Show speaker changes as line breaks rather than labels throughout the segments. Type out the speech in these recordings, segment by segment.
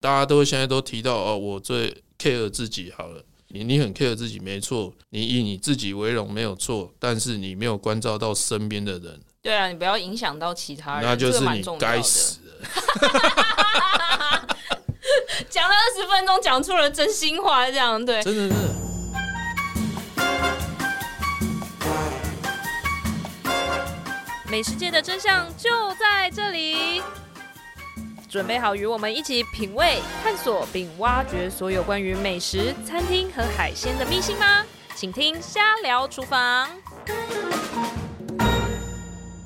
大家都会现在都提到哦，我最 care 自己好了。你你很 care 自己没错，你以你自己为荣没有错，但是你没有关照到身边的人，
对啊，你不要影响到其他人，
那就
哎这
是
个蛮
你
重要
该
的。
死的。
讲了二十分钟，讲出了真心话，这样对。
真的是。
美食界的真相就在这里。准备好与我们一起品味、探索并挖掘所有关于美食、餐厅和海鲜的秘辛吗？请听《瞎聊厨房》。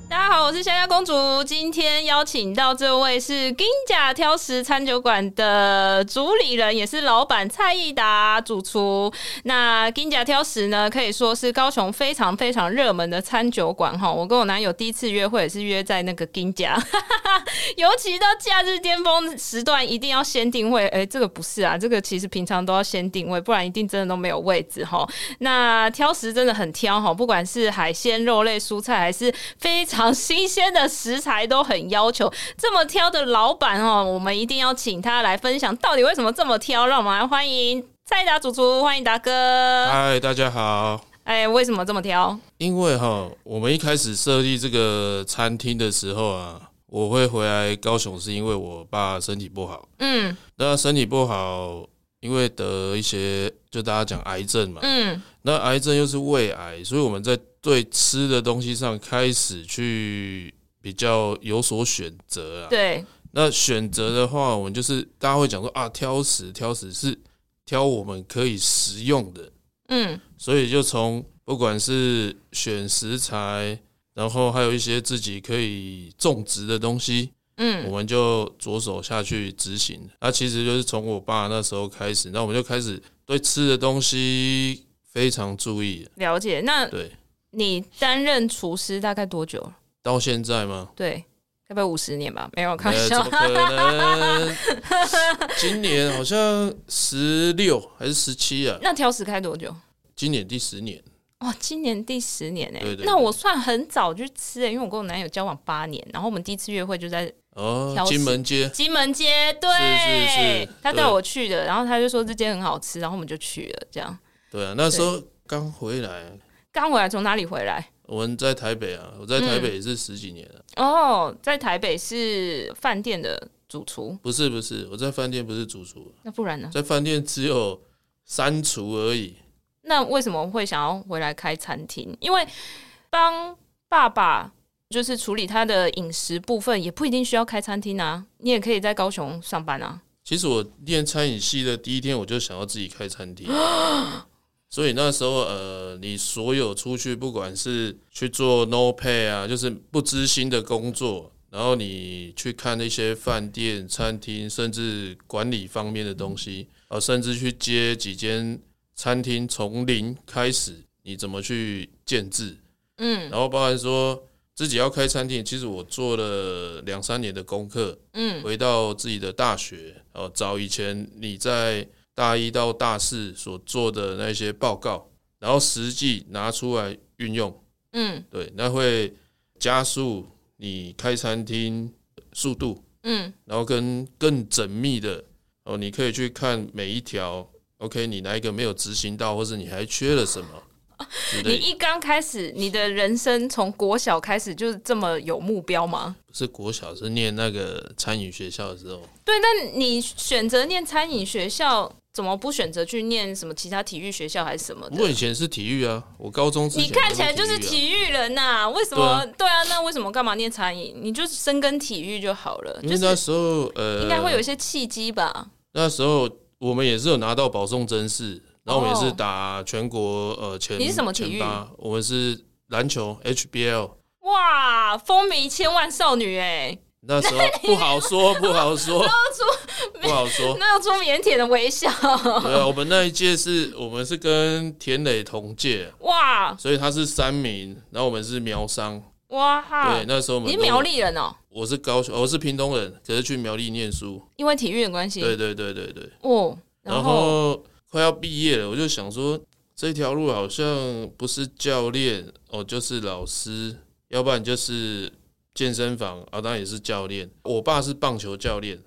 大家好，我是香香公主。今天邀请到这位是金甲挑食餐酒馆的主理人，也是老板蔡益达主厨。那金甲挑食呢，可以说是高雄非常非常热门的餐酒馆哈。我跟我男友第一次约会也是约在那个金甲， 尤其到假日巅峰时段，一定要先定位。哎、这个不是啊，这个其实平常都要先定位，不然一定真的都没有位置哈。那挑食真的很挑哈，不管是海鲜、肉类、蔬菜，还是非常新鲜的食材，都很要求。这么挑的老板哦，我们一定要请他来分享到底为什么这么挑。让我们来欢迎蔡达主厨，欢迎达哥。
嗨，大家好。
哎，为什么这么挑？
因为哈，我们一开始设立这个餐厅的时候啊，我会回来高雄，是因为我爸身体不好。
嗯
那身体不好，因为得一些就大家讲癌症嘛，
嗯
那癌症又是胃癌，所以我们在对吃的东西上开始去比较有所选择啊。
对，
那选择的话，我们就是大家会讲说啊，挑食，挑食是挑我们可以食用的，
嗯
所以就从不管是选食材，然后还有一些自己可以种植的东西，我
嗯
们就着手下去执行。那其实就是从我爸那时候开始，那我们就开始对吃的东西非常注意。
了解。那
对，
你担任厨师大概多久了？
到现在吗？
对，该不会五十年吧？没有，开玩
呃，怎
笑
么。可能？今年好像十六还是十七啊？
那挑食开多久？
今年第十年，
哇，今年第十年哎、
对对对
那我算很早就吃哎、因为我跟我男友交往八年，然后我们第一次约会就在
哦
挑，食
金门街
金门街，对，
是是是
他带
对
我去的，然后他就说这间很好吃，然后我们就去了，这样。
对啊，那时候刚回来，
刚回来从哪里回来？
我们在台北啊，我在台北也是十几年了。
哦，在台北是饭店的主厨，
不是不是，我在饭店不是主厨，
那不然呢？
在饭店只有三厨而已。
那为什么会想要回来开餐厅？因为帮爸爸就是处理他的饮食部分，也不一定需要开餐厅啊，你也可以在高雄上班啊。
其实我练餐饮系的第一天，我就想要自己开餐厅。所以那时候，呃，你所有出去，不管是去做 no pay 啊，就是不知薪的工作，然后你去看那些饭店、餐厅，甚至管理方面的东西，呃，甚至去接几间餐厅，从零开始，你怎么去建制？
嗯
然后包含说自己要开餐厅，其实我做了两三年的功课，
嗯
回到自己的大学，哦，找以前你在大一到大四所做的那些报告，然后实际拿出来运用，
嗯
对，那会加速你开餐厅速度，
嗯
然后跟更缜密的哦，你可以去看每一条，OK，你哪一个没有执行到，或是你还缺了什 么之类
你
的，
一刚开始，你的人生从国小开始就是这么有目标吗？
不是国小是念那个餐饮学校的时候。
对，那嗯你选择念餐饮学校，怎么不选择去念什么其他体育学校还是什么的？
我以前是体育啊，我高中之前
你看起来就是
育啊
体育人呐、为什么？对啊，那为什么干嘛念餐饮？你就深耕体育就好了，
啊，因
就
为
是
那时候呃，
应该会有一些契机吧。
那时候我们也是有拿到保送真试，然后我们也是
哦
打全国呃前
你是什么体育
前八我们是篮球 HBL。
哇，风靡千万少女哎、
那 时候不好说，不好说，不好 说。
那要出腼腆的微笑。
对啊，我们那一届是我们是跟田磊同届，
哇
所以他是三名，然后我们是苗商。
哇哈
对，！那时候我们
啊你
都
是苗，栗人哦、
我是高雄，哦我是屏东人，可是去苗栗念书。
因为体育的关系。
对对对对对。
哦，
然
后
后快要毕业了，我就想说这条路好像不是教练哦，就是老师，要不然就是健身房啊，当然也是教练。我爸是棒球教练，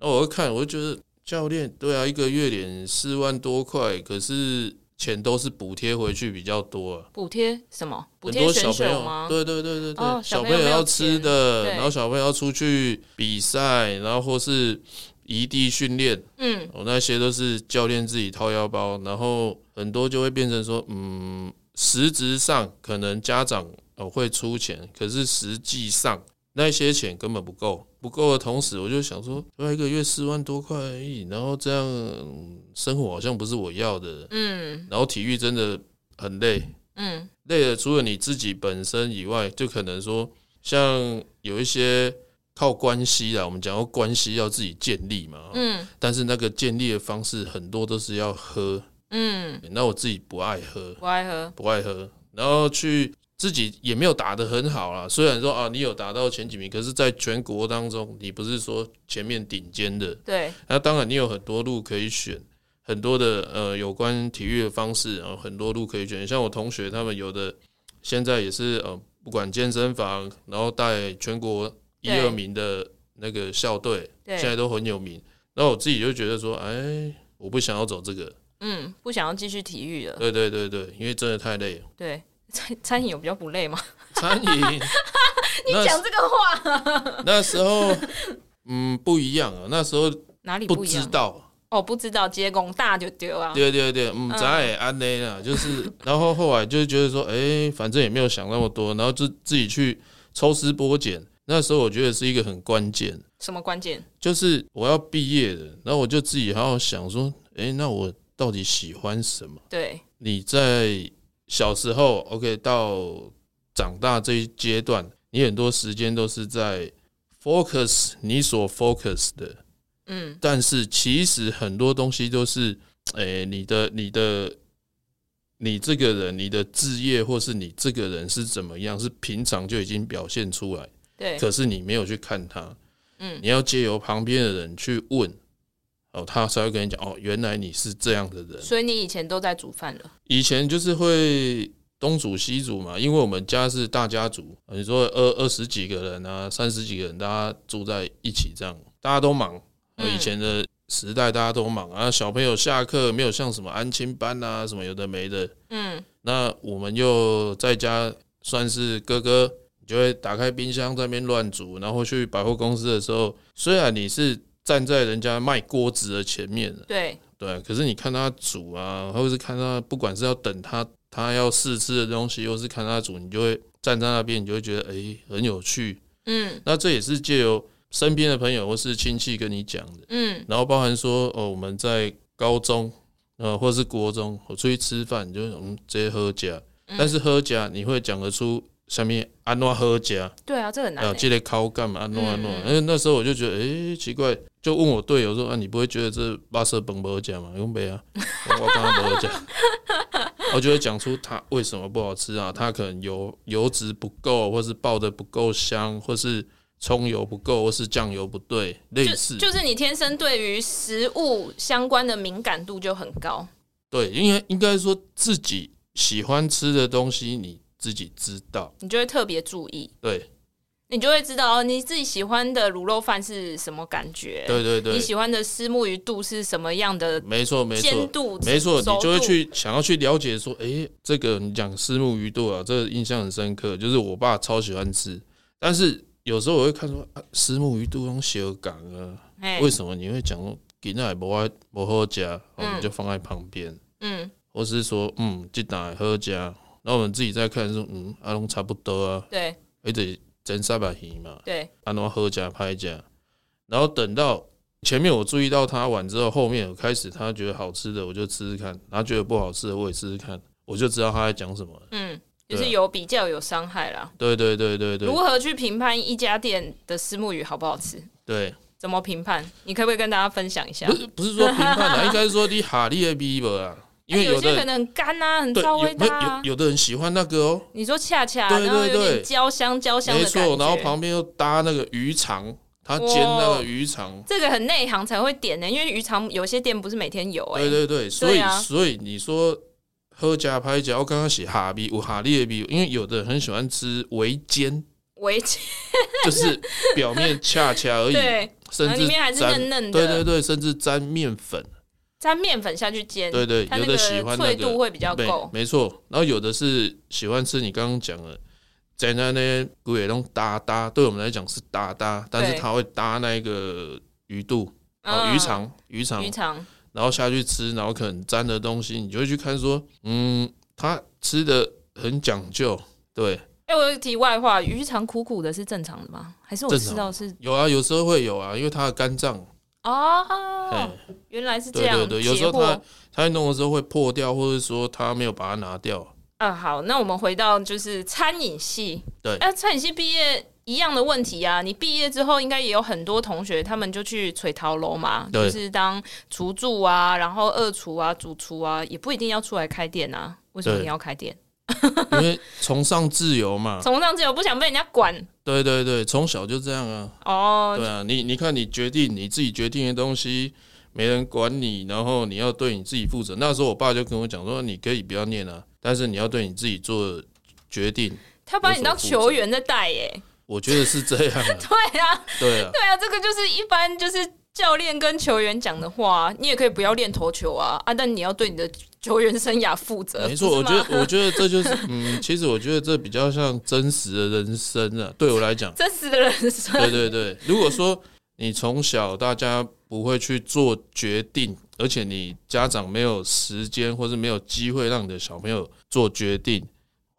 那我就看，我就觉得教练对啊，一个月领四万多块，可是钱都是补贴回去比较多、啊。
补贴什么？补
很
贴
多
选
小朋
手
友
吗，？
对对对对对，
哦小
小
朋
朋
友
友
没有
要
钱
吃的，
对
然后小朋友要出去比赛，然后或是异地训练，
嗯，
哦，那些都是教练自己掏腰包，然后很多就会变成说，嗯，实质上可能家长哦会出钱，可是实际上那些钱根本不够，不够的同时，我就想说，对啊，一个月四万多块而已，然后这样嗯生活好像不是我要的，
嗯
然后体育真的很累，
嗯
累了，除了你自己本身以外，就可能说像有一些靠关系啦，我们讲到关系要自己建立嘛，哦
嗯
但是那个建立的方式很多都是要喝，
嗯，
那我自己不爱喝，
不爱喝。
不爱喝，然后去自己也没有打得很好啦。虽然说啊，你有打到前几名，可是在全国当中，你不是说前面顶尖的，
对，
那当然你有很多路可以选。很多的呃有关体育的方式，然后很多路可以选。像我同学他们有的现在也是呃，不管健身房，然后带全国一
对
二名的那个校队，
对
现在都很有名。那我自己就觉得说，哎，我不想要走这个，
嗯，不想要继续体育了。
对对对对，因为真的太累了。
对， 餐餐饮有比较不累吗？
餐 饮，
讲
那
这个话
那时候嗯不一样啊，那时候
哪里
不
一
知
样？
道，
哦，不知道接工大就丢啊。
对对对，嗯，咱也安内啦，就是，然后后来就觉得说，哎、反正也没有想那么多，然后就自己去抽丝剥茧。那时候我觉得是一个很关键，
什么关键？
就是我要毕业了，然后我就自己好好想说，哎、那我到底喜欢什么？
对，
你在小时候，OK，到长大这一阶段，你很多时间都是在 focus 你所 focus 的，
嗯
但是其实很多东西都是，诶、你的你的你这个人，你的职业或是你这个人是怎么样，是平常就已经表现出来，
对，
可是你没有去看他，
嗯
你要借由旁边的人去问，哦，他才会跟你讲，哦，原来你是这样的人。
所以你以前都在煮饭了。
以前就是会东煮西煮嘛，因为我们家是大家族，你说二二十几个人啊，三十几个人，大家住在一起这样，大家都忙。呃
嗯
以前的时代大家都忙啊，小朋友下课没有像什么安亲班啊，什么有的没的。
嗯
那我们又在家算是哥哥，你就会打开冰箱在那边乱煮，然后去百货公司的时候，虽然你是站在人家卖锅子的前面，啊
对，
对，可是你看他煮啊，或者是看他不管是要等他他要试吃的东西，或是看他煮，你就会站在那边，你就会觉得哎、诶很有趣。
嗯
那这也是借由身边的朋友或是亲戚跟你讲的，
嗯
然后包含说哦我们在高中呃或是国中，我出去吃饭，你就嗯直接喝家，
嗯
但是喝家你会讲得出下面安诺喝家。
对啊，这很难
啊，
欸。
这类考干嘛？安诺安诺
嗯，嗯
因为那时候我就觉得，诶，奇怪，就问我队友说，啊，你不会觉得这巴色本不好讲吗？用没啊，我刚刚不好讲，我就会讲出它为什么不好吃啊？它可能油油脂不够，或是爆的不够香，或是葱油不够，或是酱油不对，类似
就就是你天生对于食物相关的敏感度就很高。
对，应该应该说自己喜欢吃的东西，你自己知道，
你就会特别注意，
对
你就会知道哦你自己喜欢的卤肉饭是什么感觉，
对对
你
对，
喜欢的虱目鱼肚是什么样的
没错没错
煎。度，
没错，
熟
你就会
度，
去想要去了解说，诶，这个你讲虱目鱼肚啊，这个印象很深刻，就是我爸超喜欢吃，但是有时候我会看说，啊，虱目鱼肚用小港啊，
哎
为什么你会讲说，给那也不爱不好加，哦我
嗯
们就放在旁边，
嗯，
或是说，嗯，这哪喝加，然后我们自己再看说，嗯，阿龙差不多啊，
对
而且真三百鱼嘛，
对，
安诺喝加拍加，然后等到前面我注意到他玩之后，后面我开始他觉得好吃的我就吃吃看，他觉得不好吃的我也吃吃看，我就知道他在讲什么了。
嗯，就是
对啊
有比较有伤害啦。
对对对对对
如何去评判一家店的虱目鱼好不好吃？
对，
怎么评判？你可不可以跟大家分享一下
不？是不是说评判啊，应该是说你哈利的 b i 啊，因为
哎有
的
些可
人
能很干啊，很
对
燥
有
味
没
道
有有
啊。
有的人喜欢那个哦，
你说恰恰，
对
然后
对
有点
对
焦香焦香的
没
感
错，
觉，
然后旁边又搭那个鱼肠，他煎那个鱼肠。
这个很内行才会点呢、因为鱼肠有些店不是每天有哎、
对对对，所以、
啊
所以你说喝加拍加，我刚刚写哈比，我哈利的比，因为有的人很 喜欢吃围煎，
围巾
就是表面恰恰而已。
对
甚
然后
至
里面还是
沾
嫩嫩的
对对对，甚至沾面粉，
沾面粉下去煎，
对对
它
有
那
的
个
喜欢那
脆
个
度会比较
没
够。
没错。然后有的是喜欢吃你刚刚讲的，在那那古野弄搭搭，对我们来讲是搭搭，但是
对
它会搭那个鱼肚，啊，
嗯
鱼肠鱼肠
鱼，肠，
然后下去吃，然后可能沾的东西，你就会去看说，嗯，他吃的很讲究，对，
哎、我有题外话，鱼肠苦苦的是正常的吗？还是我
正常
吃到是
有啊，有时候会有啊，因为它的肝脏，
哦，
哎，
原来是这
对
样。
对对，有时候
截获
它它在弄的时候会破掉，或者说它没有把它拿掉，
啊，好，那我们回到就是餐饮系，
对
那、餐饮系毕业一样的问题啊。你毕业之后，应该也有很多同学，他们就去垂陶楼嘛，
对
就是当厨助啊，然后二厨啊、主厨啊，也不一定要出来开店啊。为什么
对啊
你要开店？
因为崇尚自由 嘛，
从上自由，不想被人家管
对对对，从小就这样啊，
哦。
对啊，你你看，你决定你自己决定的东西，没人管你，然后你要对你自己负责。那时候我爸就跟我讲说，你可以不要念啊，但是你要对你自己做决定。
他把你当球员在带耶、
我觉得是这样、啊，
对啊，
对啊，
对啊，这个就是一般就是教练跟球员讲的话，啊你也可以不要练投球啊啊，但你要对你的球员生涯负责。
没
不
错。
是
我
吗，
觉得，我觉得这就是，嗯，其实我觉得这比较像真实的人生啊，对我来讲
真实的人生，
对对对。如果说你从小大家不会去做决定，而且你家长没有时间或是没有机会让你的小朋友做决定，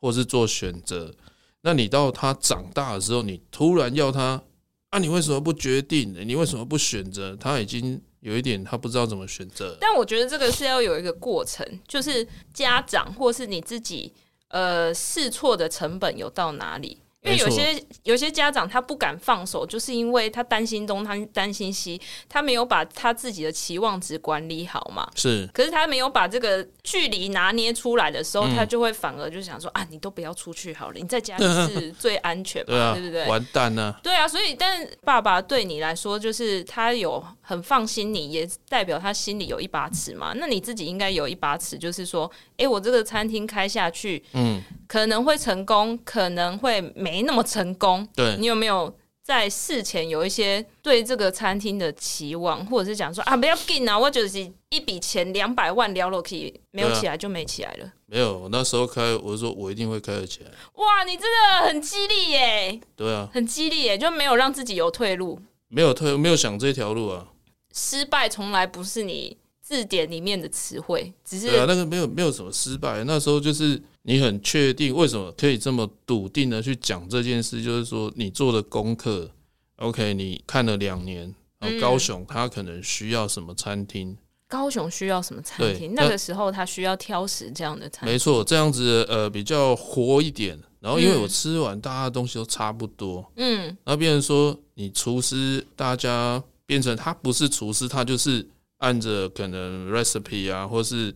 或是做选择，那你到他长大的时候，你突然要他，啊，你为什么不决定？你为什么不选择？他已经有一点他不知道怎么选择了。
但我觉得这个是要有一个过程，就是家长或是你自己呃试错的成本有到哪里。因为有
没错
些有些家长他不敢放手，就是因为他担心东，他担心西，他没有把他自己的期望值管理好嘛。
是
可是他没有把这个距离拿捏出来的时候，他
嗯
就会反而就想说啊，你都不要出去好了，你 在家是最安全
对
嘛，
啊，
对不对？
完蛋呐、
对啊，所以但爸爸对你来说，就是他有很放心你，也代表他心里有一把尺嘛。那你自己应该有一把尺，就是说，诶，我这个餐厅开下去，
嗯，
可能会成功，可能会没那么成功。
对，
你有没有在事前有一些对这个餐厅的期望，或者是讲说啊，不要紧啊，我就是一笔钱两百万聊落去，没有
对啊
起来就没起来了。
没有。我那时候开，我就说我一定会开得起来。
哇，你真的很激励耶，
对啊，
很激励耶，就没有让自己有退路。
没有退，没有想这条路啊。
失败从来不是你字典里面的词汇，只是
对啊，那个没有没有什么失败，那时候就是你很确定为什么可以这么笃定的去讲这件事，就是说你做的功课，OK，你看了两年，然后高雄它可能需要什么餐厅，
高雄需要什么餐
对
厅，那个时候他需要挑食这样的餐
没
厅。
错，这样子呃比较活一点。然后因为我
嗯
吃完大家的东西都差不多，
嗯，
然后变成说你厨师，大家变成他不是厨师，他就是按着可能 recipe 啊，或是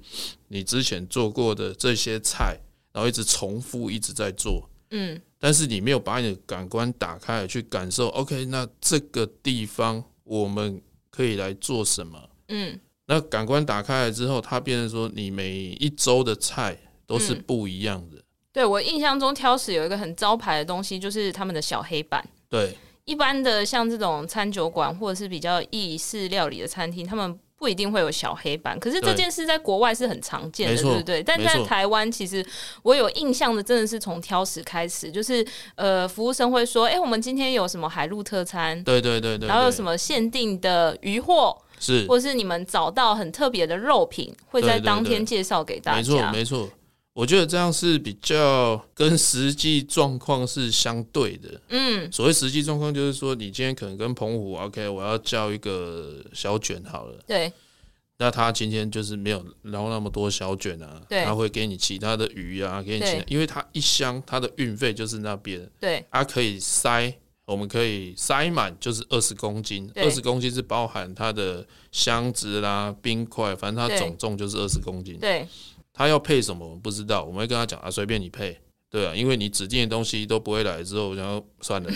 你之前做过的这些菜，然后一直重复一直在做，
嗯，
但是你没有把你的感官打开来去感受。OK，那这个地方我们可以来做什么？
嗯，
那感官打开来之后，它变成说你每一周的菜都是
嗯
不一样的，
对我印象中挑食有一个很招牌的东西，就是他们的小黑板。
对
一般的像这种餐酒馆或者是比较意式料理的餐厅，他们不一定会有小黑板。可是这
对
件事在国外是很常见的，
没
对
错
不对？但
没
在
错
台湾，其实我有印象的真的是从挑食开始，就是呃，服务生会说：“哎、我们今天有什么海陆特餐？”
对对对对，
然后有
对
什么限定的鱼货，
是
或是你们找到很特别的肉品，会
对
在
对
当天
对
介绍给大家。
没错，没错。我觉得这样是比较跟实际状况是相对的。
嗯，
所谓实际状况，就是说你今天可能跟澎湖，OK，我要叫一个小卷好了，
对，
那他今天就是没有捞那么多小卷啊，
对
他会给你其他的鱼啊，给你其他
对，
因为他一箱他的运费就是那边，
对，
它可以塞，我们可以塞满就是二十公斤，
对
二十公斤是包含它的箱子啦、冰块，反正它
对
总重就是二十公斤。
对，
他要配什么我们不知道，我们会跟他讲啊，随便你配，对啊，因为你指定的东西都不会来，之后然后算 了，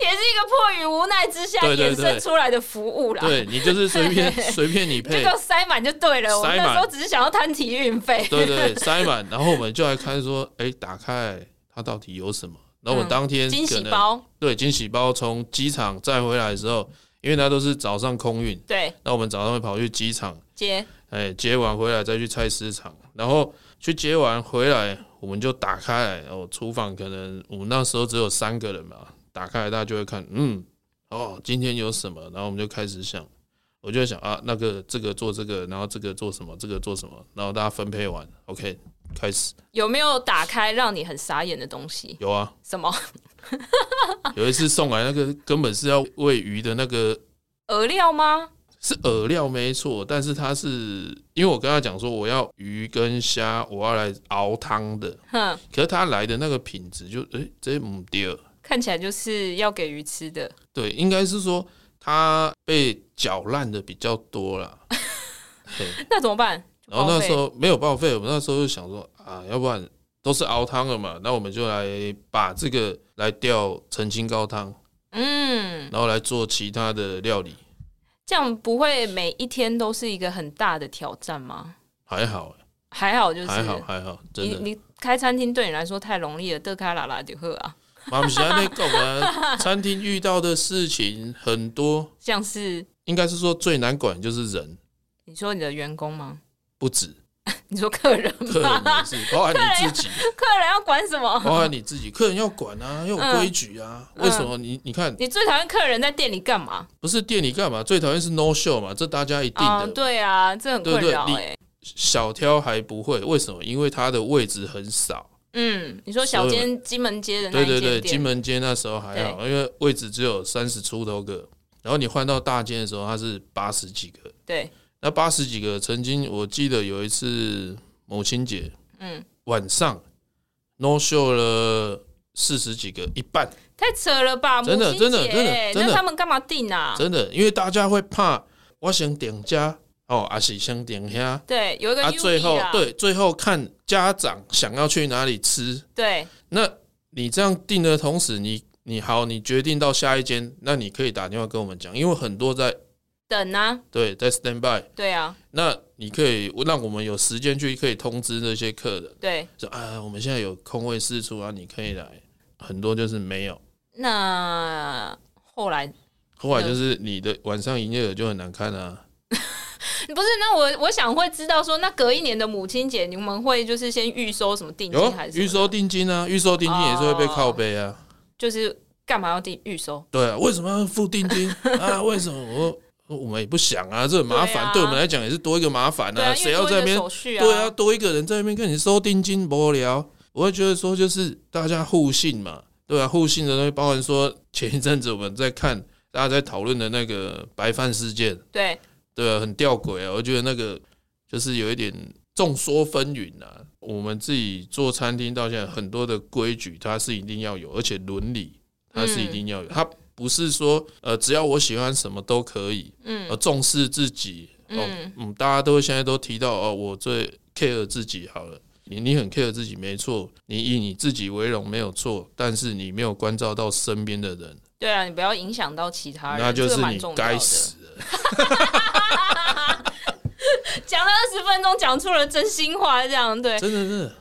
也是一个迫于无奈之下
对对
衍
对
生出来的服务啦。
对你就是随便 随便你
就
配
给，我塞满就对了。我
塞
那时候
满
只是想要摊体运费。
对对对，塞满，然后我们就来看说，哎、打开它到底有什么，然后我
嗯
们当天
惊
可
喜
能
包，
对惊喜包从机场再回来的时候，因为它都是早上空运，
对，
那我们早上会跑去机场，
接
哎，接完回来再去菜市场，然后去接完回来，我们就打开来，哦，厨房可能我们那时候只有三个人嘛，打开来大家就会看，嗯，哦，今天有什么，然后我们就开始想，我就会想啊，那个这个做这个，然后这个做什么，这个做什么，然后大家分配完，OK，开始
有没有打开让你很傻眼的东西？
有啊，
什么
有一次送来那个根本是要喂鱼的那个
饵料吗？
是饵料没错，但是它是因为我跟他讲说我要鱼跟虾，我要来熬汤的，
哼，
可是他来的那个品质就诶、这不对，
看起来就是要给鱼吃的。
对，应该是说它被搅烂的比较多 啦。嘿
那怎么办？
然后那
报废
时候没有报废，我们那时候就想说啊，要不然都是熬汤了嘛，那我们就来把这个来调澄清高汤，
嗯，
然后来做其他的料理，
这样不会每一天都是一个很大的挑战吗？
还好，
还好就是，
还好，还好，真
你
的。
你开餐厅对你来说太容易了，得开啦啦就喝啊，
妈咪现在讲啊，餐厅遇到的事情很多，
像是
应该是说最难管就是人
你说你的员工吗？
不止，
你说客人吗？
客人也是，包含你自己，
客人要管什么？
包含你自己，客人要管啊，要有规矩啊。
嗯
为什么你你看
你最讨厌客人在店里干嘛？
不是店里干嘛？最讨厌是 no show 嘛，这大家一定
啊、
的。
对啊，这很
对
困
对
扰
你
哎、
小挑还不会，为什么？因为它的位置很少。
嗯，你说小间金门街的
对
那一
对
间
对，
店，
金门街那时候还好，因为位置只有三十出头个，然后你换到大街的时候，它是八十几个。
对，
那八十几个，曾经我记得有一次母亲节
嗯，
晚上，no show 了四十几个，一半
太扯了吧？
真的
母亲
真的
节
真的
欸
真的
那他们干嘛订啊？
真的，因为大家会怕我想点家哦，还是想点遐
对，有一个 E
啊，
UB
最后
啦
对最后看家长想要去哪里吃，
对，
那你这样定的同时，你你好，你决定到下一间，那你可以打电话跟我们讲，因为很多在
等啊，
对在 stand by，
对啊，
那你可以让我们有时间去可以通知那些客人。
对。
说啊，我们现在有空位四处啊，你可以来。很多就是没有，
那后来
后来就是你的晚上营业额就很难看啊。
不是？那我我想会知道说，那隔一年的母亲节，你们会就是先预收什么定
有
金
啊
还是什么哦
预收定金啊，预收定金也是会被靠背啊。
就是干嘛要定预收？
对啊，为什么要付定 金啊？为什么我我们也不想啊？这很麻
对
烦，
啊
对我们来讲也是多一个麻烦
对啊，因
谁
为
要
多一
在那
个
边？
手续
对啊，，多一个人在那边跟你收定金，无聊。我会觉得说，就是大家互信嘛，对啊，互信的东西，包含说前一阵子我们在看大家在讨论的那个白饭事件。
对，
对啊，很吊诡啊。我觉得那个就是有一点众说纷纭啊。我们自己做餐厅到现在，很多的规矩它是一定要有，而且伦理它
嗯
是一定要有。它不是说呃，只要我喜欢什么都可以，
嗯
呃，重视自己。哦
嗯，
嗯，大家都现在都提到哦，我最 care 自己好了。你你很 care 自己没错，你以你自己为荣没有错，但是你没有关照到身边的人，
对啊，你不要影响到其他人，
那就
这
是
个蛮
你
重要
该
的
死的。
讲了二十分钟，讲出了真心话，这样对
真的真的，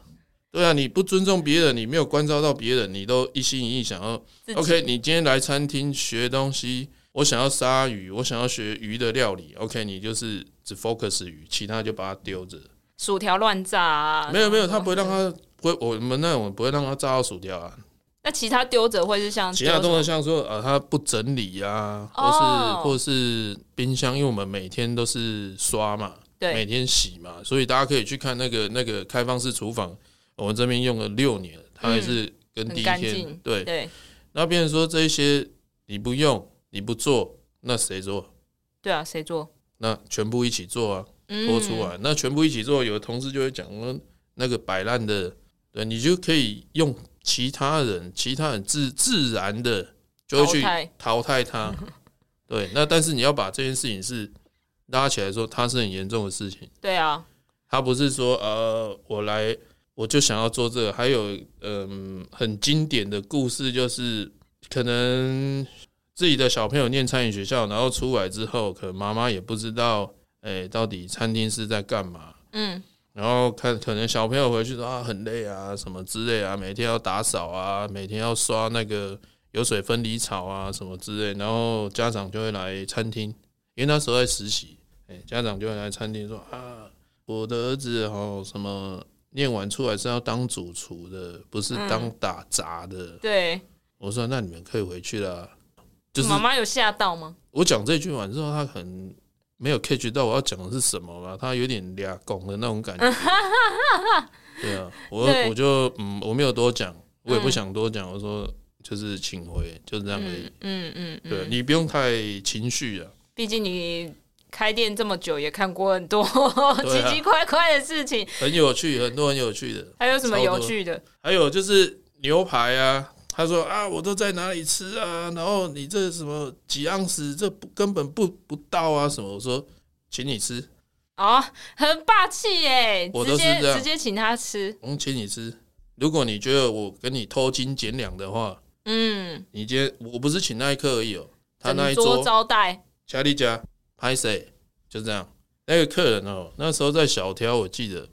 对啊，你不尊重别人，你没有关照到别人，你都一心一意想要。
自己
OK，你今天来餐厅学东西，我想要杀鱼，我想要学鱼的料理。OK，你就是只 focus 鱼，其他就把它丢着。
薯条乱炸啊，
没有没有，
什么
他不会让他不会，我们那种不会让他炸到薯条啊。
那其他丢着会是像
其他
丢
动作像说呃，他不整理啊，或是、
啊哦
或是冰箱，因为我们每天都是刷嘛，每
对
天洗嘛，所以大家可以去看那个那个开放式厨房，我们这边用了六年，它还是跟第一
嗯很干
天、
净
对。
对
那别人说这一些你不用，你不做，那谁做？
对啊，谁做？
那全部一起做啊，
嗯
拖出来。那全部一起做，有的同事就会讲说那个摆烂的，对你就可以用其他人，其他人自自然的就会去
淘
淘汰
汰
他。对，那但是你要把这件事情是拉起来说，它是很严重的事情。
对啊，
他不是说呃，我来我就想要做这个。还有嗯、很经典的故事就是，可能自己的小朋友念餐饮学校，然后出来之后，可能妈妈也不知道，哎、到底餐厅是在干嘛。
嗯
然后看，可能小朋友回去说啊很累啊，什么之类啊，每天要打扫啊，每天要刷那个有水分离槽啊什么之类，然后家长就会来餐厅，因为那时候在实习，哎、家长就会来餐厅说啊，我的儿子哦什么念完出来是要当主厨的，不是当打杂的。
对，
我说那你们可以回去啦，就是
妈妈有吓到吗？
我讲这句完之后，他可能没有 catch 到我要讲的是什么吧，他有点俩拱的那种 感觉。对啊，我
对
我就嗯，我没有多讲，我也不
嗯
想多讲，我说就是请回，就是这样而已。
嗯嗯嗯
对
嗯，
你不用太情绪啊，
毕竟你开店这么久，也看过很多
对
奇
啊
奇怪怪的事情，
很有趣，很多很有趣的。
还有什么
超多
有趣的？
还有就是牛排啊，他说啊，我都在哪里吃啊，然后你这什么几盎司，这不根本不不到啊什么，我说请你吃，
哦，很霸气耶！
我
直
都是
接
这样
直接请他吃，
嗯，请你吃。如果你觉得我跟你偷斤减两的话，
嗯，
你今天我不是请那一客而已哦，他那
整
一
桌
桌
招待，
家里家拍谁就这样。那个客人哦，那时候在小挑，我记得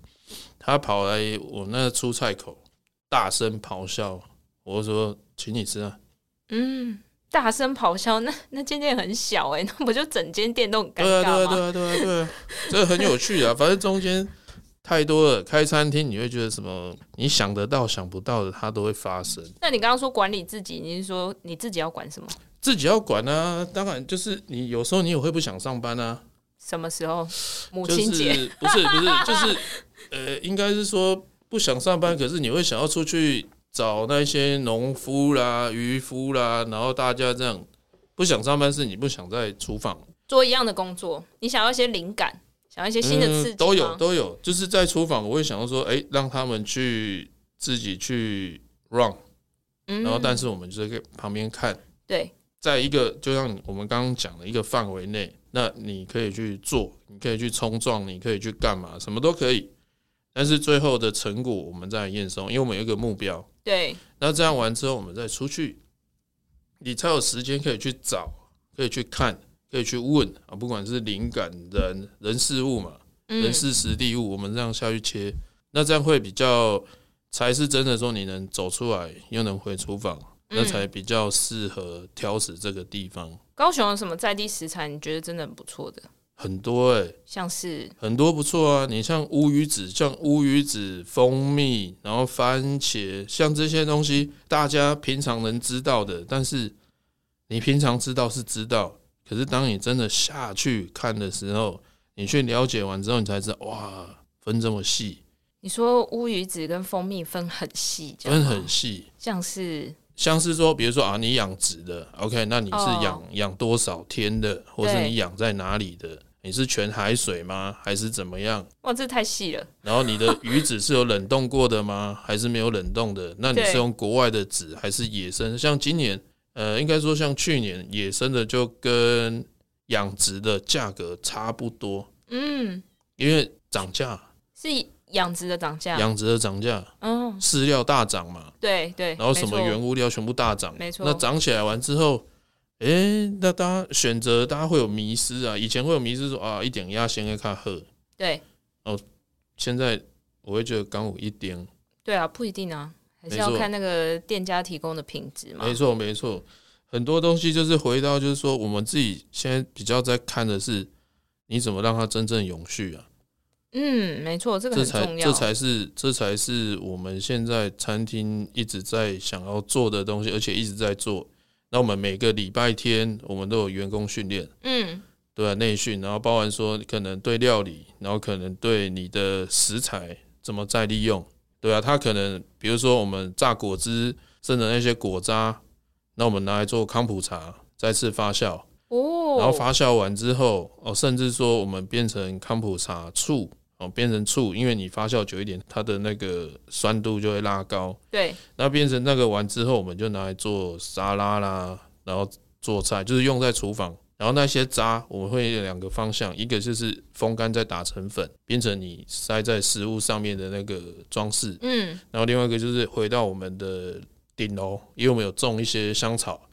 他跑来我那个出菜口，大声咆哮，我说请你吃啊，
嗯，大声咆哮，那那间店很小哎， 那不就整间店都很尴
对啊对啊
尬
对
吗？
啊对啊 对啊，这很有趣啊，反正中间。太多了，开餐厅你会觉得什么？你想得到、想不到的，它都会发生。
那你刚刚说管理自己，你是说你自己要管什么？
自己要管啊，当然就是你有时候你也会不想上班啊，
什么时候？母
就
亲节，
是不是不是就是 呃，应该是说不想上班，可是你会想要出去找那些农夫啦、渔夫啦，然后大家这样不想上班是你不想在厨房，
做一样的工作，你想要一些灵感，想要一些新的刺激、
嗯，都有。都有，就是在厨房我会想要说，哎、让他们去自己去 run，
嗯
然后但是我们就在旁边看。
对，
在一个就像我们刚刚讲的一个范围内，那你可以去做，你可以去冲撞，你可以去干嘛，什么都可以。但是最后的成果我们再来验收，因为我们有一个目标。
对，
那这样完之后，我们再出去，你才有时间可以去找，可以去看，可以去问啊，不管是灵感、人、人事物嘛，
嗯
人，事实地物，我们这样下去切，那这样会比较才是真的说你能走出来，又能回厨房，那
嗯
才比较适合挑食这个地方。
高雄有什么在地食材？你觉得真的很不错的，
很多哎、
像是
很多不错啊！你像乌鱼子，像乌鱼子、蜂蜜，然后番茄，像这些东西，大家平常能知道的，但是你平常知道是知道，可是当你真的下去看的时候，你去了解完之后，你才知道哇，分这么细，
你说乌鱼子跟蜂蜜分很细，这样
分
吗
很细。
像是
像是说，比如说啊，你养殖的，OK，那你是
哦
养养、多少天的，或是
对
你养在哪里的？你是全海水吗？还是怎么样？
哇，这太细了，
然后你的鱼籽是有冷冻过的吗？ 还是没有冷冻的？那你
对
是用国外的籽还是野生？像今年，呃，应该说像去年，野生的就跟养殖的价格差不多，
嗯，
因为涨价，
是养殖的涨价，
养殖的涨价，
嗯，
饲料大涨嘛，
对对，
然后什么
没错
原物料全部大涨，
没错
那涨起来完之后，诶，那大家选择大家会有迷失啊，以前会有迷失说啊，一点鸭先要看喝，
对
现在我会觉得刚五一点。
对啊，不一定啊，还是要
没错
看那个店家提供的品质嘛
没。错，没错，很多东西就是回到，就是说我们自己现在比较在看的是，你怎么让它真正永续啊？
嗯，没错，这个
这
很
才
重
这
要。
才是这才是我们现在餐厅一直在想要做的东西，而且一直在做。那我们每个礼拜天我们都有员工训练，
嗯，
对啊，内训，然后包含说可能对料理，然后可能对你的食材怎么再利用，对啊，它可能比如说我们榨果汁，剩的那些果渣，那我们拿来做康普茶，再次发酵，
哦，
然后发酵完之后，哦，甚至说我们变成康普茶醋，哦，变成醋，因为你发酵久一点，它的那个酸度就会拉高，
对，
那变成那个完之后，我们就拿来做沙拉啦，然后做菜，就是用在厨房。然后那些渣，我们会有两个方向，一个就是风干再打成粉，变成你塞在食物上面的那个装饰。
嗯，
然后另外一个就是回到我们的顶楼，因为我们有种一些香草，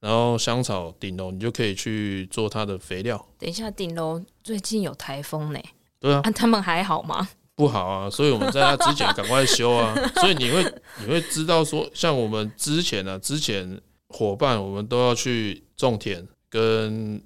然后香草顶楼你就可以去做它的肥料。
等一下，顶楼最近有台风呢，
对啊，
啊，他们还好吗？
不好啊，所以我们在他之 前赶快修啊。所以你会你会知道说，像我们之前呢、啊，之前伙伴，我们都要去种田跟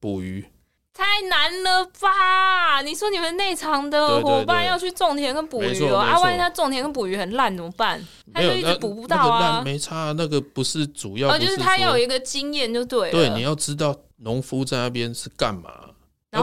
捕鱼。
太难了吧？你说你们内场
对
的
对
伙伴
对
要去种田跟捕
没
鱼
错
哦，啊，
没错
万一他种田跟捕鱼很烂怎么办？他
没
就
有，
一
那
直捕不
那
到
个
啊
烂。没差，那个不是主要，不
哦，就是是他
说
要有一个经验就对了，
对，啊你要知道农夫在那边是干嘛。
然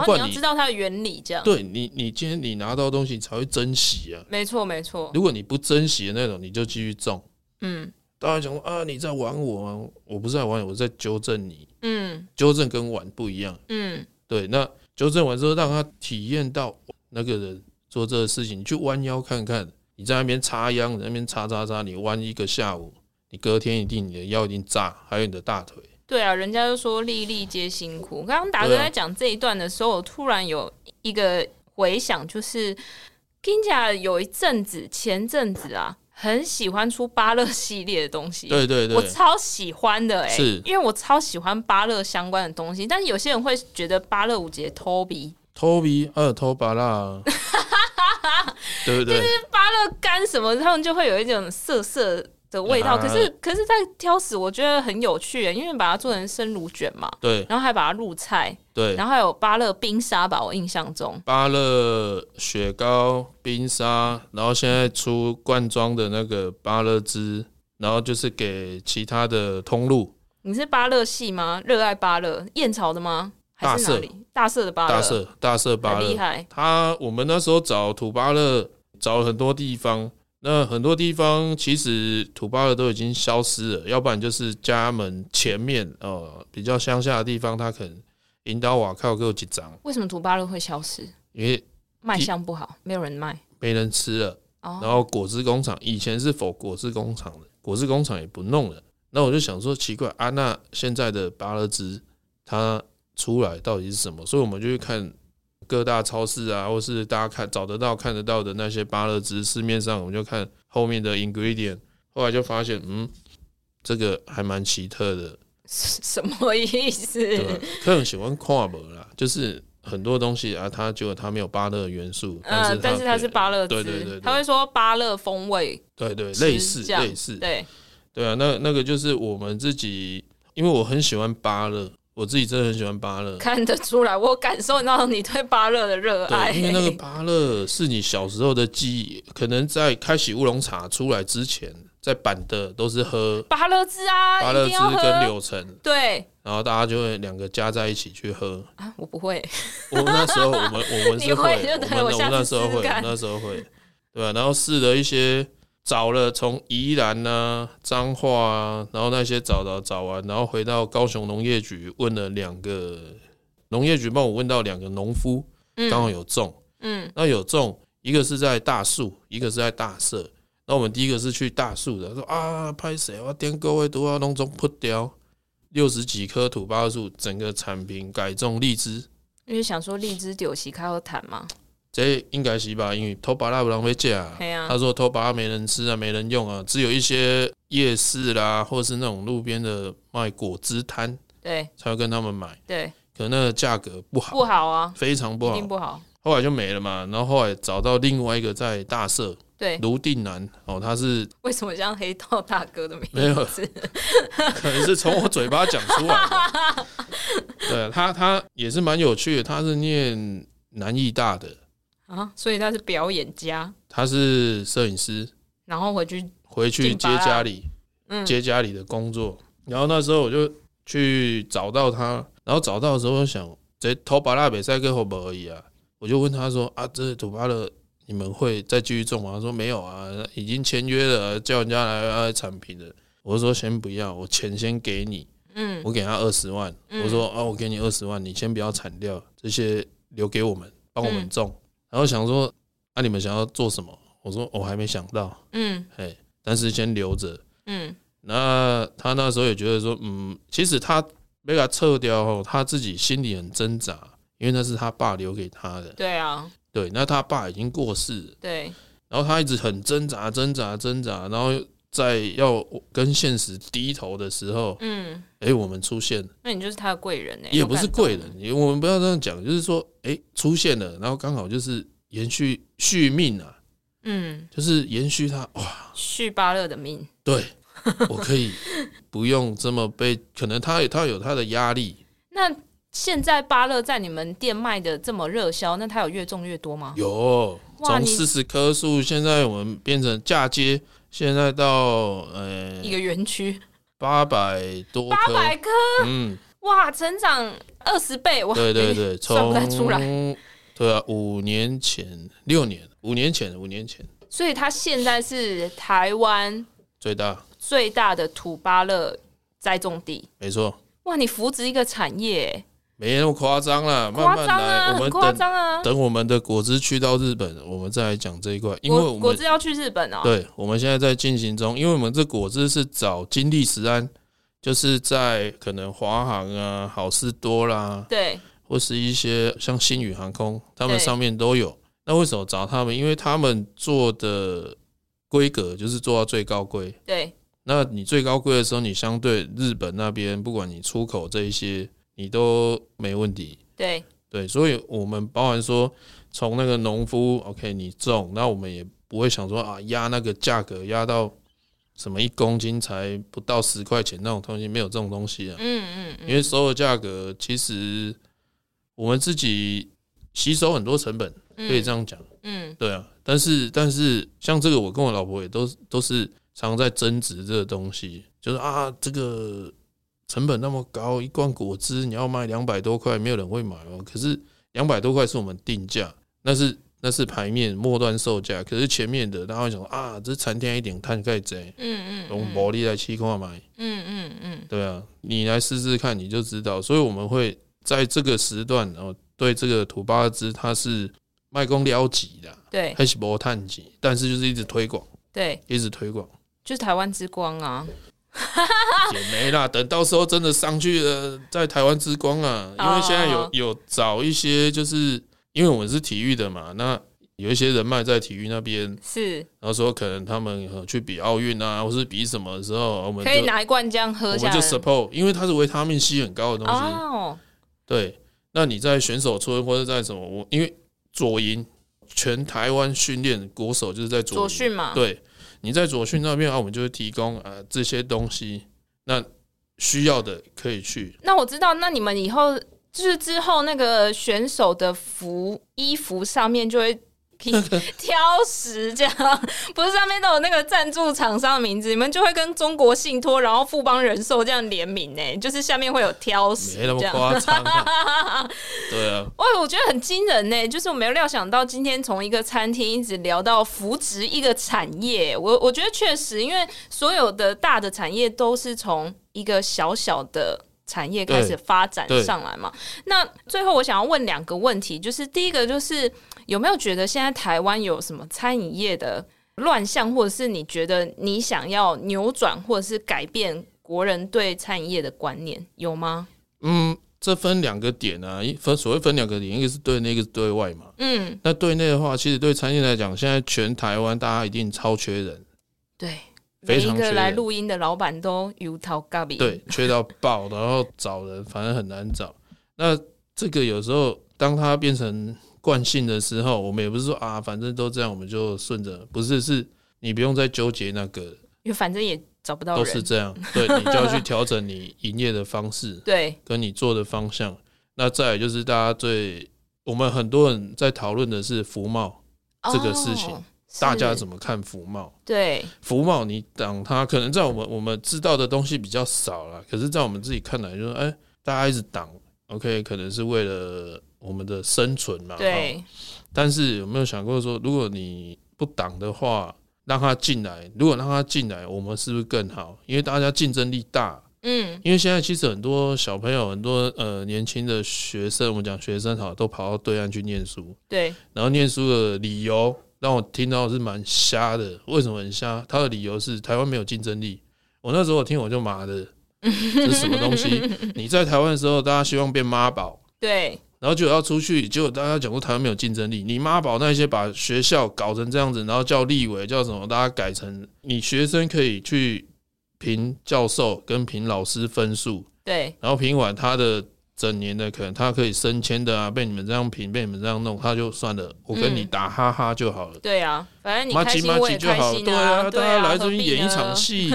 要
后
不
你
然
要
你
知道它的原理，这样
对你，你今天你拿到东西，你才会珍惜啊。
没错没错，
如果你不珍惜的那种，你就继续种。
嗯
大家讲说啊，你在玩我啊，我不是在玩你，我在纠正你。
嗯
纠正跟玩不一样，
嗯，
对。那纠正完之后，让他体验到那个人做这个事情，你去弯腰看看，你在那边插秧，你在那边插插插，你弯一个下午，你隔天一定你的腰一定炸，还有你的大腿。
对啊，人家就说粒粒皆辛苦。刚刚达哥
对啊
在讲这一段的时候，我突然有一个回想，就是金甲有一阵子，前阵子啊，很喜欢出芭乐系列的东西，
对对
我
对，
超喜欢的哎、
是
因为我超喜欢芭乐相关的东西，但是有些人会觉得芭乐舞节偷鼻，
偷鼻二偷拔 啦，对不对？
芭乐干什么，他们就会有一种涩涩的味道。
啊
可是可是在挑食，我觉得很有趣、欸，因为把它做成生乳卷嘛，
对
然后还把它入菜，
对
然，后还有芭乐冰沙吧，我印象中。
芭乐雪糕、冰沙，然后现在出罐装的那个芭乐汁，然后就是给其他的通路
你是芭乐系吗？热爱芭乐，燕巢的吗？还是哪里？大社的芭乐，
大社大社芭
很厉
乐。
害。
他我们那时候找土芭乐，找了很多地方，那很多地方其实土芭乐都已经消失了，要不然就是家门前面呃比较乡下的地方，他可能引导瓦靠给我几张，
为什么土芭乐会消失？
因为
卖相不好，没有人卖。
没人吃了。然
哦，
后果汁工厂以前是否果汁工厂的，果汁工厂也不弄了。那我就想说，奇怪啊，那现在的芭乐汁它出来到底是什么？所以我们就去看各大超市啊，或是大家看找得到、看得到的那些芭乐汁，市面上我们就看后面的 ingredient。后来就发现，嗯，这个还蛮奇特的，
什么意
对 吧
思？？
客人喜欢跨博啦，就是很多东西啊，它结果它没有芭乐元素，
嗯，但是它是芭乐
对对对
汁，
对
他会说芭乐风味，
对对类
吃
似
这样
类似，
对，
对啊，那那个就是我们自己，因为我很喜欢芭乐，我自己真的很喜欢芭乐。
看得出来，我感受到你对芭乐的热爱。
对，因为那个 芭乐是你小时候的记忆，可能在开启乌龙茶出来之前，在板的都是喝
芭乐汁啊，
芭乐
一
汁
定要
跟
喝。
柳橙，
对
然后大家就会两个加在一起去喝。
啊，我不会，
我那时候我们我们
你
是
会
会，
就
我
对
们
我
我
下
们那时
次
候
试试
会，啊我
看
们那时候会，对啊，然后试了一些，找了从宜兰呐、彰化啊，然后那些找找找完，然后回到高雄农业局问了两个农业局帮我问到两个农夫，刚
嗯
好有种，
嗯
那有种一个是在大树，一个是在大社。那我们第一个是去大树的，他说啊，拍谁？我点各位都要弄中破掉六十几棵土巴树，整个产品改种荔枝。
因为想说荔枝酒席开有谈嘛，
这应该是吧，因为偷把蜡不浪费价啊。
嘿啊
他说偷把蜡没人吃啊，没人用啊，只有一些夜市啦，或是那种路边的卖果汁摊
对
才会跟他们买，
对，
可能那个价格不好，
不好啊，
非常不
一
好。
定不好。
后来就没了嘛，然后后来找到另外一个在大社
对，
卢定南哦，他是
为什么像黑道大哥的名
没有
字？
可能是从我嘴巴讲出来的。 对他，他也是蛮有趣的，他是念南艺大的，
啊，所以他是表演家，
他是摄影师，
然后回去
回去
进
接
吧啦
家里，
嗯
接家里的工作。然后那时候我就去找到他，然后找到的时候我想，这头把蜡比赛跟后不而已啊。我就问他说啊，这土巴勒你们会再继续种吗？他说没有啊，已经签约了，叫人家来来产品了。我就说先不要，我钱先给你，
嗯
我给他二十万。
嗯
我说啊，我给你二十万，你先不要产掉，这些留给我们，帮我们
嗯
种。然后想说啊，你们想要做什么？我说我还没想到。
嗯
哎，但是先留着。
嗯
那他那时候也觉得说，嗯，其实他被他撤掉后，他自己心里很挣扎，因为那是他爸留给他的。
对啊
对，那他爸已经过世了，
对，
然后他一直很挣扎、挣扎、挣扎，然后在要跟现实低头的时候，
嗯，
哎、我们出现了，
那你就是他的贵人呢、欸
也
有
不是
感动
贵人，也我们不要这样讲，就是说，哎、出现了，然后刚好就是延续续命啊，
嗯，
就是延续他哇，
续巴勒的命。
对，我可以不用这么被，可能他也他有他的压力，
那现在芭乐在你们店卖的这么热销，那它有越种越多吗？
有
哇
从
你
四十棵树，现在我们变成嫁接，现在到呃
一个园区
八百多
八
棵，
百棵，
嗯，
哇，成长二十倍，哇，
对对对，
算不太出来。
从对啊，五年前、六年、五年前、五年前
所以它现在是台湾
最大，
最大的土芭乐栽种地。
没错，
哇，你扶植一个产业，
没那么夸张啦，慢
夸
慢
张
来，
啊，
我
很
们
夸
等
张啊！
等我们的果汁去到日本，我们再来讲这一块，因为
果
我
果
们
汁要去日本哦，
对，我们现在在进行中，因为我们这果汁是找金利食安，就是在可能华航啊、好事多啦，
对
或是一些像星宇航空，他们
对
上面都有。那为什么找他们？因为他们做的规格就是做到最高规。
对
那你最高规的时候，你相对日本那边，不管你出口这一些，你都没问题。
对
对，所以我们包含说，从那个农夫，OK，你种，那我们也不会想说啊，压那个价格压到什么一公斤才不到十块钱那种东西，没有这种东西啊。
嗯嗯嗯，
因为所有价格其实我们自己吸收很多成本，可以这样讲，
嗯，嗯，
对啊。但是但是像这个，我跟我老婆也都都是常在争执这个东西，就是啊，这个成本那么高，一罐果汁你要卖两百多块，没有人会买哦。可是两百多块是我们定价，那是那是牌面末端售价，可是前面的大家会想啊，这残天一点碳盖贼，
嗯嗯
用
嗯
薄利来七块买。
嗯嗯嗯，
对啊，你来试试看，你就知道。所以我们会在这个时段，哦，对这个土巴兹它是卖公撩级的，啊
对
还是不探级，但是就是一直推广，
对，
一直推广
就是台湾之光啊，
也没啦。等到时候真的上去了，在台湾之光啊，因为现在有
哦
有找一些，就是因为我们是体育的嘛，那有一些人脉在体育那边，
是
然后说可能他们呃去比奥运啊，或是比什么的时候，我们
可以
就
拿一罐这样喝
我
下
们
来
就 support，因为它是维他命 C 很高的东西。
哦，
对，那你在选手村或者在什么？我因为左营全台湾训练国手就是在左
左
营，
训嘛，
对，你在左训那边啊，我们就会提供啊、呃这些东西，那需要的可以去。
那我知道，那你们以后就是之后那个选手的服衣服上面就会 挑食，这样不是上面都有那个赞助厂商的名字，你们就会跟中国信托，然后富邦人寿这样联名呢、就是下面会有挑食
没那么
这样。
夸张、啊， 对啊，
哇，哎我觉得很惊人呢、就是我没有料想到今天从一个餐厅一直聊到扶植一个产业，我我觉得确实，因为所有的大的产业都是从一个小小的。产业开始
对
发展
对
上来嘛？那最后我想要问两个问题，就是第一个就是有没有觉得现在台湾有什么餐饮业的乱象，或者是你觉得你想要扭转或者是改变国人对餐饮业的观念，有吗？
嗯，这分两个点啊，一分所谓分两个点，一个是对内，一个是对外嘛。
嗯，
那对内的话，其实对餐厅来讲，现在全台湾大家一定超缺人，
对，每
非
一
常缺
个来
人，
录音的老板都油头咖比。
对，缺到爆，然后找人反正很难找。那这个有时候当它变成惯性的时候，我们也不是说啊，反正都这样，我们就顺着，不是，是你不用再纠结那个，
因为反正也找不到
都
人。
是这 样，对你就要去调整你营业的方式
对
跟你做的方向。那再来就是大家最我们很多人在讨论的是服贸，这个事情
哦是
大家怎么看服贸？
对
服贸，你挡它，可能在我们我们知道的东西比较少了，可是，在我们自己看来，就是哎、大家一直挡，OK，可能是为了我们的生存嘛。哈。
对
但是有没有想过说，如果你不挡的话，让它进来，如果让它进来，我们是不是更好？因为大家竞争力大，
嗯
因为现在其实很多小朋友，很多呃年轻的学生，我们讲学生好，都跑到对岸去念书。
对
然后念书的理由让我听到是蛮瞎的。为什么很瞎？他的理由是台湾没有竞争力。我那时候我听我就麻的，这是什么东西？你在台湾的时候，大家希望变妈宝，
对
然后就要出去，结果大家讲说台湾没有竞争力。你妈宝那些把学校搞成这样子，然后叫立委叫什么，大家改成你学生可以去评教授跟评老师分数，
对
然后评完他的整年的，可能他可以升迁的啊，被你们这样评，被你们这样弄，他就算了，我跟你打哈哈就好了。
对啊，反嗯正你
麻
开
吉
心
麻
我
吉
也
就
开
好，
心
对啊，大
对
家
啊，
来
何
这边
必
演一场
呢。
戏，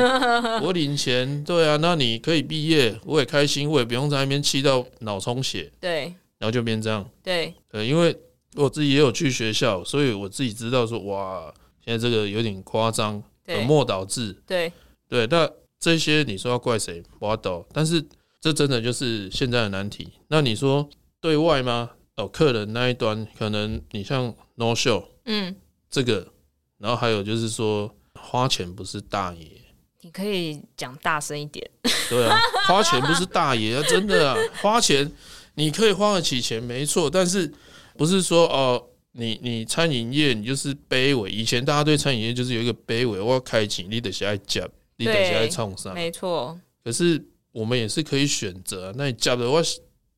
我领钱，对啊，那你可以毕业，我也开心，我也不用在那边气到脑充血，
对
然后就变这样。
对，
呃，因为我自己也有去学校，所以我自己知道说，哇，现在这个有点夸张，呃
对
本末倒置。
对，
对，那这些你说要怪谁？我懂，但是这真的就是现在的难题。那你说对外吗？哦，客人那一端，可能你像 No Show
嗯，
这个，然后还有就是说花钱不是大爷，
你可以讲大声一点。
对啊，花钱不是大爷啊，真的啊，花钱你可以花得起钱，没错，但是不是说哦，你你餐饮业你就是卑微，以前大家对餐饮业就是有一个卑微，我要开钱，你得是爱夹，你得是爱创伤。
没错，
可是我们也是可以选择、啊，那你夹的我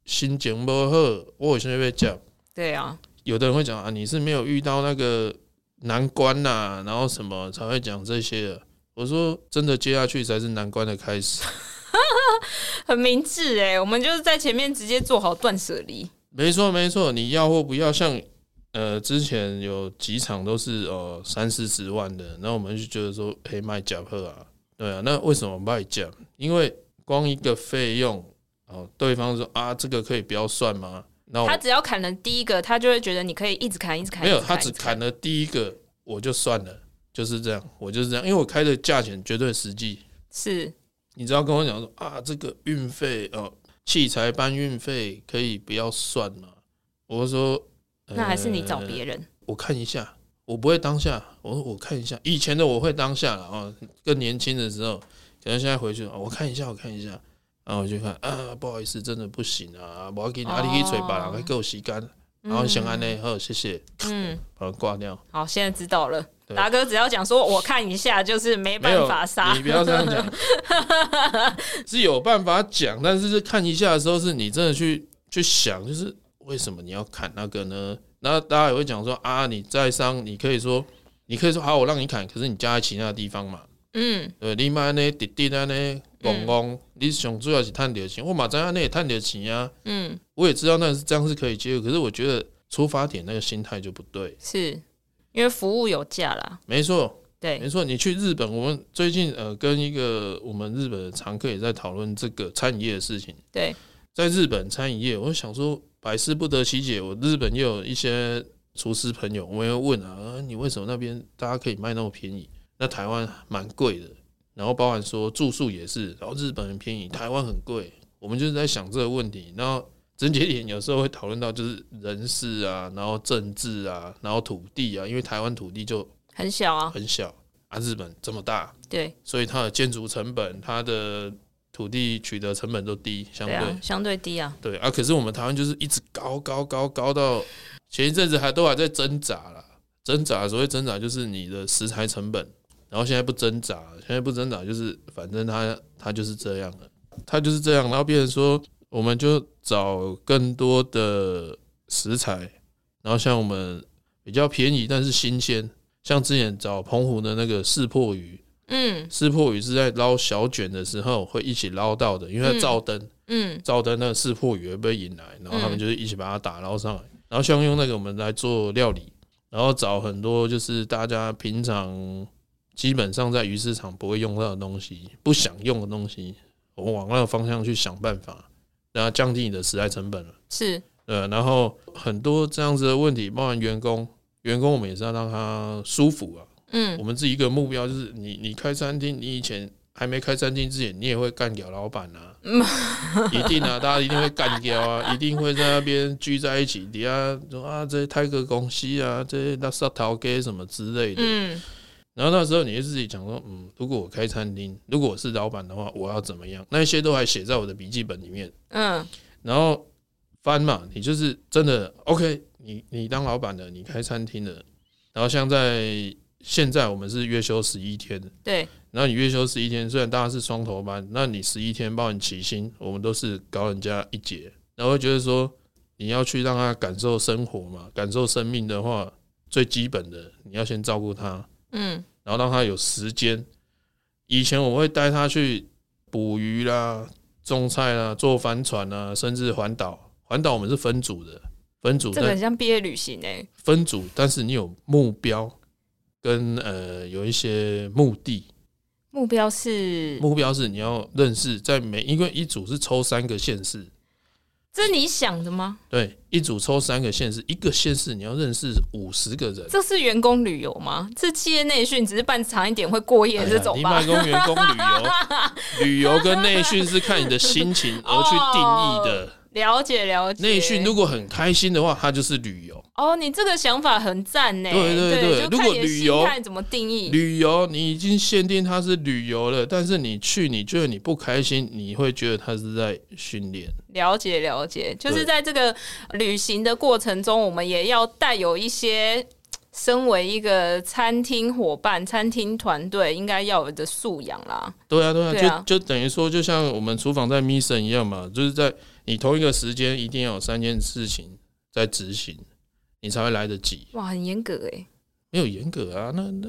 心情不好，我有现在被夹。
对啊，
有的人会讲啊，你是没有遇到那个难关呐、然后什么才会讲这些的。我说真的，接下去才是难关的开始。
很明智哎，我们就是在前面直接做好断舍离。
没错，没错，你要或不要，像呃，之前有几场都是呃三四十万的，那我们就觉得说，哎、卖假货啊，对啊，那为什么卖假？因为光一个费用，哦、对方说啊，这个可以不要算吗？那
他
我
只要砍了第一个，他就会觉得你可以一直砍，一直砍。
哦没有，
一直
他只
一直砍
砍了第一个，我就算了，就是这样，我就是这样，因为我开的价钱绝对实际。
是
你只要跟我讲说啊，这个运费呃，器材搬运费可以不要算吗？我就说，呃
那还是你找别人？
我看一下，我不会当下，我说我看一下，以前的我会当下了啊，更年轻的时候，可能现在回去、哦、我看一下，我看一下，然后我就看啊，不好意思，真的不行啊，我要给你，啊，你可以嘴
哦
巴，给我洗干，然后想安内，啊好，谢谢，
嗯，
把它挂掉。
好，现在知道了。
对
达哥只要讲说，我看一下，就是没
没有
办法杀
你。不要这样 讲，是有办法讲，但是是看一下的时候，是你真的去去想，就是为什么你要砍那个呢？那大家也会讲说啊，你在商，你可以说，你可以说啊好，我让你砍，可是你加在其他的地方嘛，
嗯，
对，你妈呢，滴滴呢，呢，公公，你想主要是探点钱，我马上那也探点钱啊，
嗯，
我也知道那是这样是可以接受，可是我觉得出发点那个心态就不对，
是因为服务有价啦。
没错，
对，
没错，你去日本，我们最近呃跟一个我们日本的常客也在讨论这个餐饮业的事情。
对，
在日本餐饮业，我想说百思不得其解。我日本也有一些厨师朋友，我也会问啊，呃你为什么那边大家可以卖那么便宜？那台湾蛮贵的，然后包含说住宿也是，然后日本很便宜，台湾很贵。我们就是在想这个问题，然后整节点有时候会讨论到就是人事啊，然后政治啊，然后土地啊，因为台湾土地就
很小啊。
很小啊，日本这么大，
对，
所以它的建筑成本、它的土地取得成本都低，相
对
对
啊，相对低啊。
对啊。可是我们台湾就是一直高高高高到前一阵子还都还在挣扎啦，挣扎所谓挣扎就是你的食材成本，然后现在不挣扎，现在不挣扎就是反正它它就是这样了，它就是这样，然后变成说我们就找更多的食材，然后像我们比较便宜但是新鲜。像之前找澎湖的那个四破鱼，
嗯
撕破鱼是在捞小卷的时候会一起捞到的，因为它照灯，
嗯，
照灯那个撕破鱼会被引来，然后他们就是一起把它打捞上来。然后像用那个我们来做料理，然后找很多就是大家平常基本上在鱼市场不会用到的东西，不想用的东西，我们往那个方向去想办法，然后降低你的食材成本了。
是
呃，然后很多这样子的问题，包含员工，员工我们也是要让他舒服啊。
嗯
我们自己一个目标就是你，你开餐厅，你以前还没开餐厅之前，你也会干掉老板 啊，一定啊，大家一定会干掉啊，一定会在那边聚在一起，底下说啊，这些泰哥公司啊，这些那沙陶给什么之类的。
嗯
然后那时候你就自己讲说，嗯，如果我开餐厅，如果我是老板的话，我要怎么样？那些都还写在我的笔记本里面。
嗯
然后翻嘛，你就是真的 OK，你你当老板的，你开餐厅的，然后像在现在我们是月休十一天的，
对，
然后你月休十一天，虽然大家是双头班，那你十一天包你起薪，我们都是高人家一截，然后会觉得说你要去让他感受生活嘛，感受生命的话，最基本的你要先照顾他，
嗯
然后让他有时间。以前我会带他去捕鱼啦、种菜啊，坐帆船啊，甚至环岛。环岛我们是分组的，分组
这个
但
很像毕业旅行哎、
分组，但是你有目标跟呃有一些目的。
目标是
目标是你要认识在每因为一组是抽三个县市，
这是你想的吗？
对，一组抽三个县市，一个县市你要认识五十个人。
这是员工旅游吗？这企业内训只是办长一点会过夜
哎呀
这种
你
吧？
卖公员工旅 游，旅游跟内训是看你的心情而去定义的。
了解了解。
内训如果很开心的话，它就是旅游。
哦，你这个想法很赞呢。
对对对
就
如
看
果
你的
旅
心
游
态怎么定义？
旅游你已经限定它是旅游了，但是你去你觉得你不开心，你会觉得它是在训练。
了解了解，就是
对
在这个旅行的过程中，我们也要带有一些。身为一个餐厅伙伴、餐厅团队，应该要有的素养啦。
对啊，对啊，
对啊
就就等于说，就像我们厨房在 mission 一样嘛，就是在你同一个时间一定要有三件事情在执行，你才会来得及。
哇，很严格哎，
没有严格啊，那那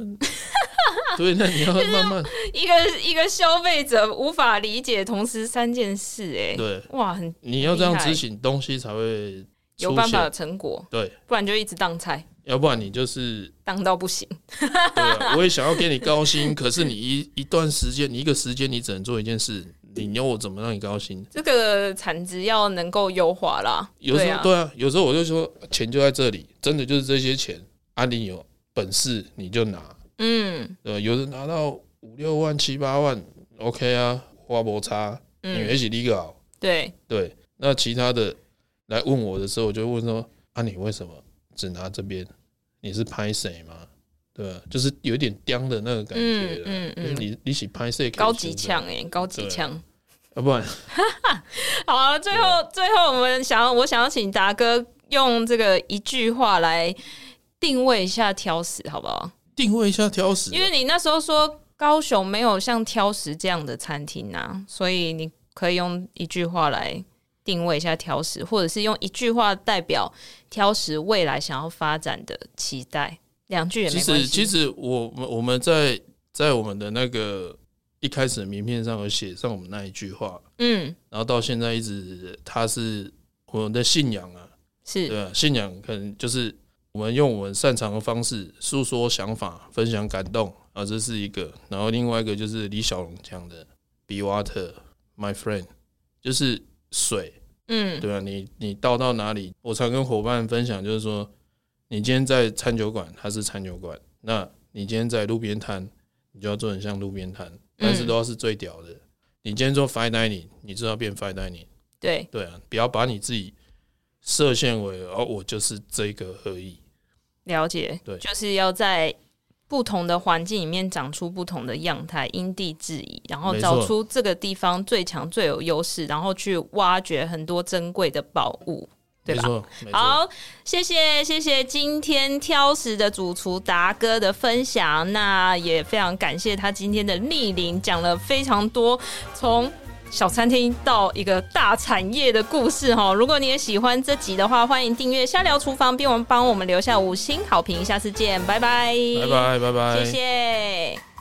对，那你要慢 慢
一个一个消费者无法理解同时三件事哎，
对，
哇，很
你要这样
厉害
执行东西才会
有
出
办法有
现，
成果，
对，
不然就一直当菜，
要不然你就是
当到不行。
对啊，我也想要给你高 薪，可是你一一段时间，你一个时间你只能做一件事，你要我怎么让你高薪？
这个产值要能够优化啦。
有时
对
候
啊，
对啊，有时候我就说钱就在这里，真的就是这些钱啊，你有本事你就拿，
嗯
呃，有人拿到五六万、七八万，OK 啊，花不差，你
嗯，
也许你搞
对，
对。那其他的来问我的时候，我就会问说啊，你为什么只拿这边？你是拍谁吗？对吧？就是有一点刁的那个感觉啦，
嗯嗯嗯
因为你你起拍谁
高级呛，哎、高级呛。
要、啊不然
好啊，最后最后我们想要，我想要请达哥用这个一句话来定位一下挑食，好不好？
定位一下挑食啊
因为你那时候说高雄没有像挑食这样的餐厅啊，所以你可以用一句话来定位一下挑食，或者是用一句话代表挑食未来想要发展的期待。两句也
其
没关
实
系。
其实我们我们在在我们的那个一开始的名片上有写上我们那一句话，
嗯，
然后到现在一直它是我们的信仰啊，
是
对啊，信仰可能就是我们用我们擅长的方式诉说想法、分享感动啊，这是一个。然后另外一个就是李小龙讲的 “Be water, my friend”，就是水，
嗯，
对啊，你你到到哪里，我常跟伙伴分享，就是说，你今天在餐酒馆，它是餐酒馆；那你今天在路边摊，你就要做成像路边摊，但
嗯
是都要是最屌的。你今天做 fine dining，你就要变 fine dining。
对，
对啊，不要把你自己设限为哦，我就是这个而已。
了解，
对
就是要在不同的环境里面长出不同的样态，因地制宜，然后
没
找
错
出这个地方最强、最有优势，然后去挖掘很多珍贵的宝物，对
没
吧？
错，没错。
好，谢谢谢谢今天挑食的主厨达哥的分享，那也非常感谢他今天的莅临，讲了非常多从。小餐厅到一个大产业的故事哈，如果你也喜欢这集的话，欢迎订阅“瞎聊厨房”，并帮我们留下五星好评，下次见，拜拜，
拜，拜拜拜。
谢谢。